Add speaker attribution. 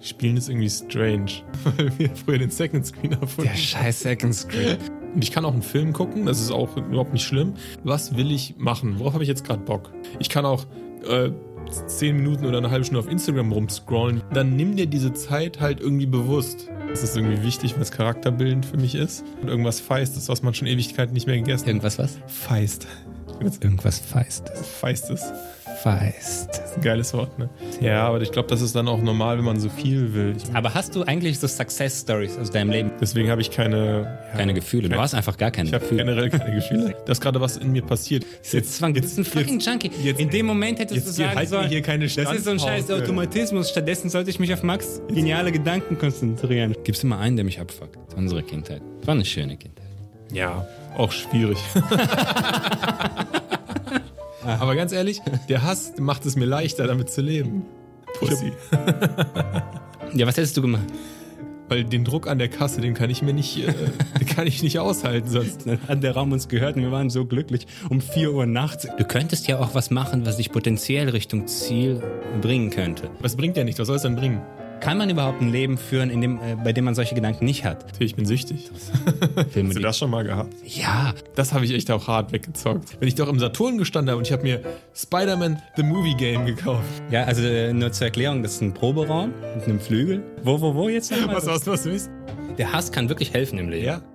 Speaker 1: Spielen ist irgendwie strange, weil wir früher den Second Screen erfunden
Speaker 2: Der scheiß Second Screen.
Speaker 1: Und ich kann auch einen Film gucken, das ist auch überhaupt nicht schlimm. Was will ich machen? Worauf habe ich jetzt gerade Bock? Ich kann auch äh, zehn Minuten oder eine halbe Stunde auf Instagram rumscrollen. Dann nimm dir diese Zeit halt irgendwie bewusst. Das ist irgendwie wichtig, weil es charakterbildend für mich ist. Und irgendwas Feistes, was man schon Ewigkeiten nicht mehr gegessen hat.
Speaker 2: Irgendwas was?
Speaker 1: Feist.
Speaker 2: Irgendwas Feistes.
Speaker 1: Feistes.
Speaker 2: Feist.
Speaker 1: Ist ein geiles Wort, ne? Ja, aber ich glaube, das ist dann auch normal, wenn man so viel will. Ich,
Speaker 2: Aber hast du eigentlich so Success Stories aus deinem Leben?
Speaker 1: deswegen habe ich keine... Ja,
Speaker 2: Keine Gefühle. Du
Speaker 1: kein-
Speaker 2: hast einfach gar keine
Speaker 1: Ich habe
Speaker 2: Gefühle.
Speaker 1: generell keine Gefühle. Das ist gerade was in mir passiert.
Speaker 2: Jetzt zwang, du bist ein fucking Junkie.
Speaker 1: jetzt-
Speaker 2: In dem Moment hättest
Speaker 1: jetzt
Speaker 2: du
Speaker 1: hier,
Speaker 2: sagen
Speaker 1: halt mir
Speaker 2: sollen,
Speaker 1: hier keine
Speaker 2: das ist so ein scheiß
Speaker 1: Standpause.
Speaker 2: Automatismus. Stattdessen sollte ich mich auf Max geniale Gedanken konzentrieren. Gibt's immer einen, der mich abfuckt? Das war unsere Kindheit. Das war eine schöne Kindheit.
Speaker 1: Ja, auch schwierig. Aber ganz ehrlich, der Hass macht es mir leichter, damit zu leben. Pussy.
Speaker 2: Ja, was hättest du gemacht?
Speaker 1: Weil den Druck an der Kasse, den kann ich mir nicht, äh, den kann ich nicht aushalten sonst.
Speaker 2: Dann hat der Raum uns gehört und wir waren so glücklich. Um 4 Uhr nachts. Du könntest ja auch was machen, was dich potenziell Richtung Ziel bringen könnte.
Speaker 1: Was bringt der nicht? Was soll es dann bringen?
Speaker 2: Kann man überhaupt ein Leben führen, in dem, äh, bei dem man solche Gedanken nicht hat?
Speaker 1: Ich bin süchtig.
Speaker 2: Filme,
Speaker 1: Hast du das schon mal gehabt?
Speaker 2: die- ja,
Speaker 1: Das habe ich echt auch hart weggezockt. Wenn ich doch im Saturn gestanden habe und ich habe mir Spider-Man The Movie Game gekauft.
Speaker 2: ja, also äh, nur zur Erklärung, das ist ein Proberaum mit einem Flügel. Wo, wo, wo jetzt nochmal?
Speaker 1: Was, was, was, was?
Speaker 2: Der Hass kann wirklich helfen im Leben.
Speaker 1: Ja.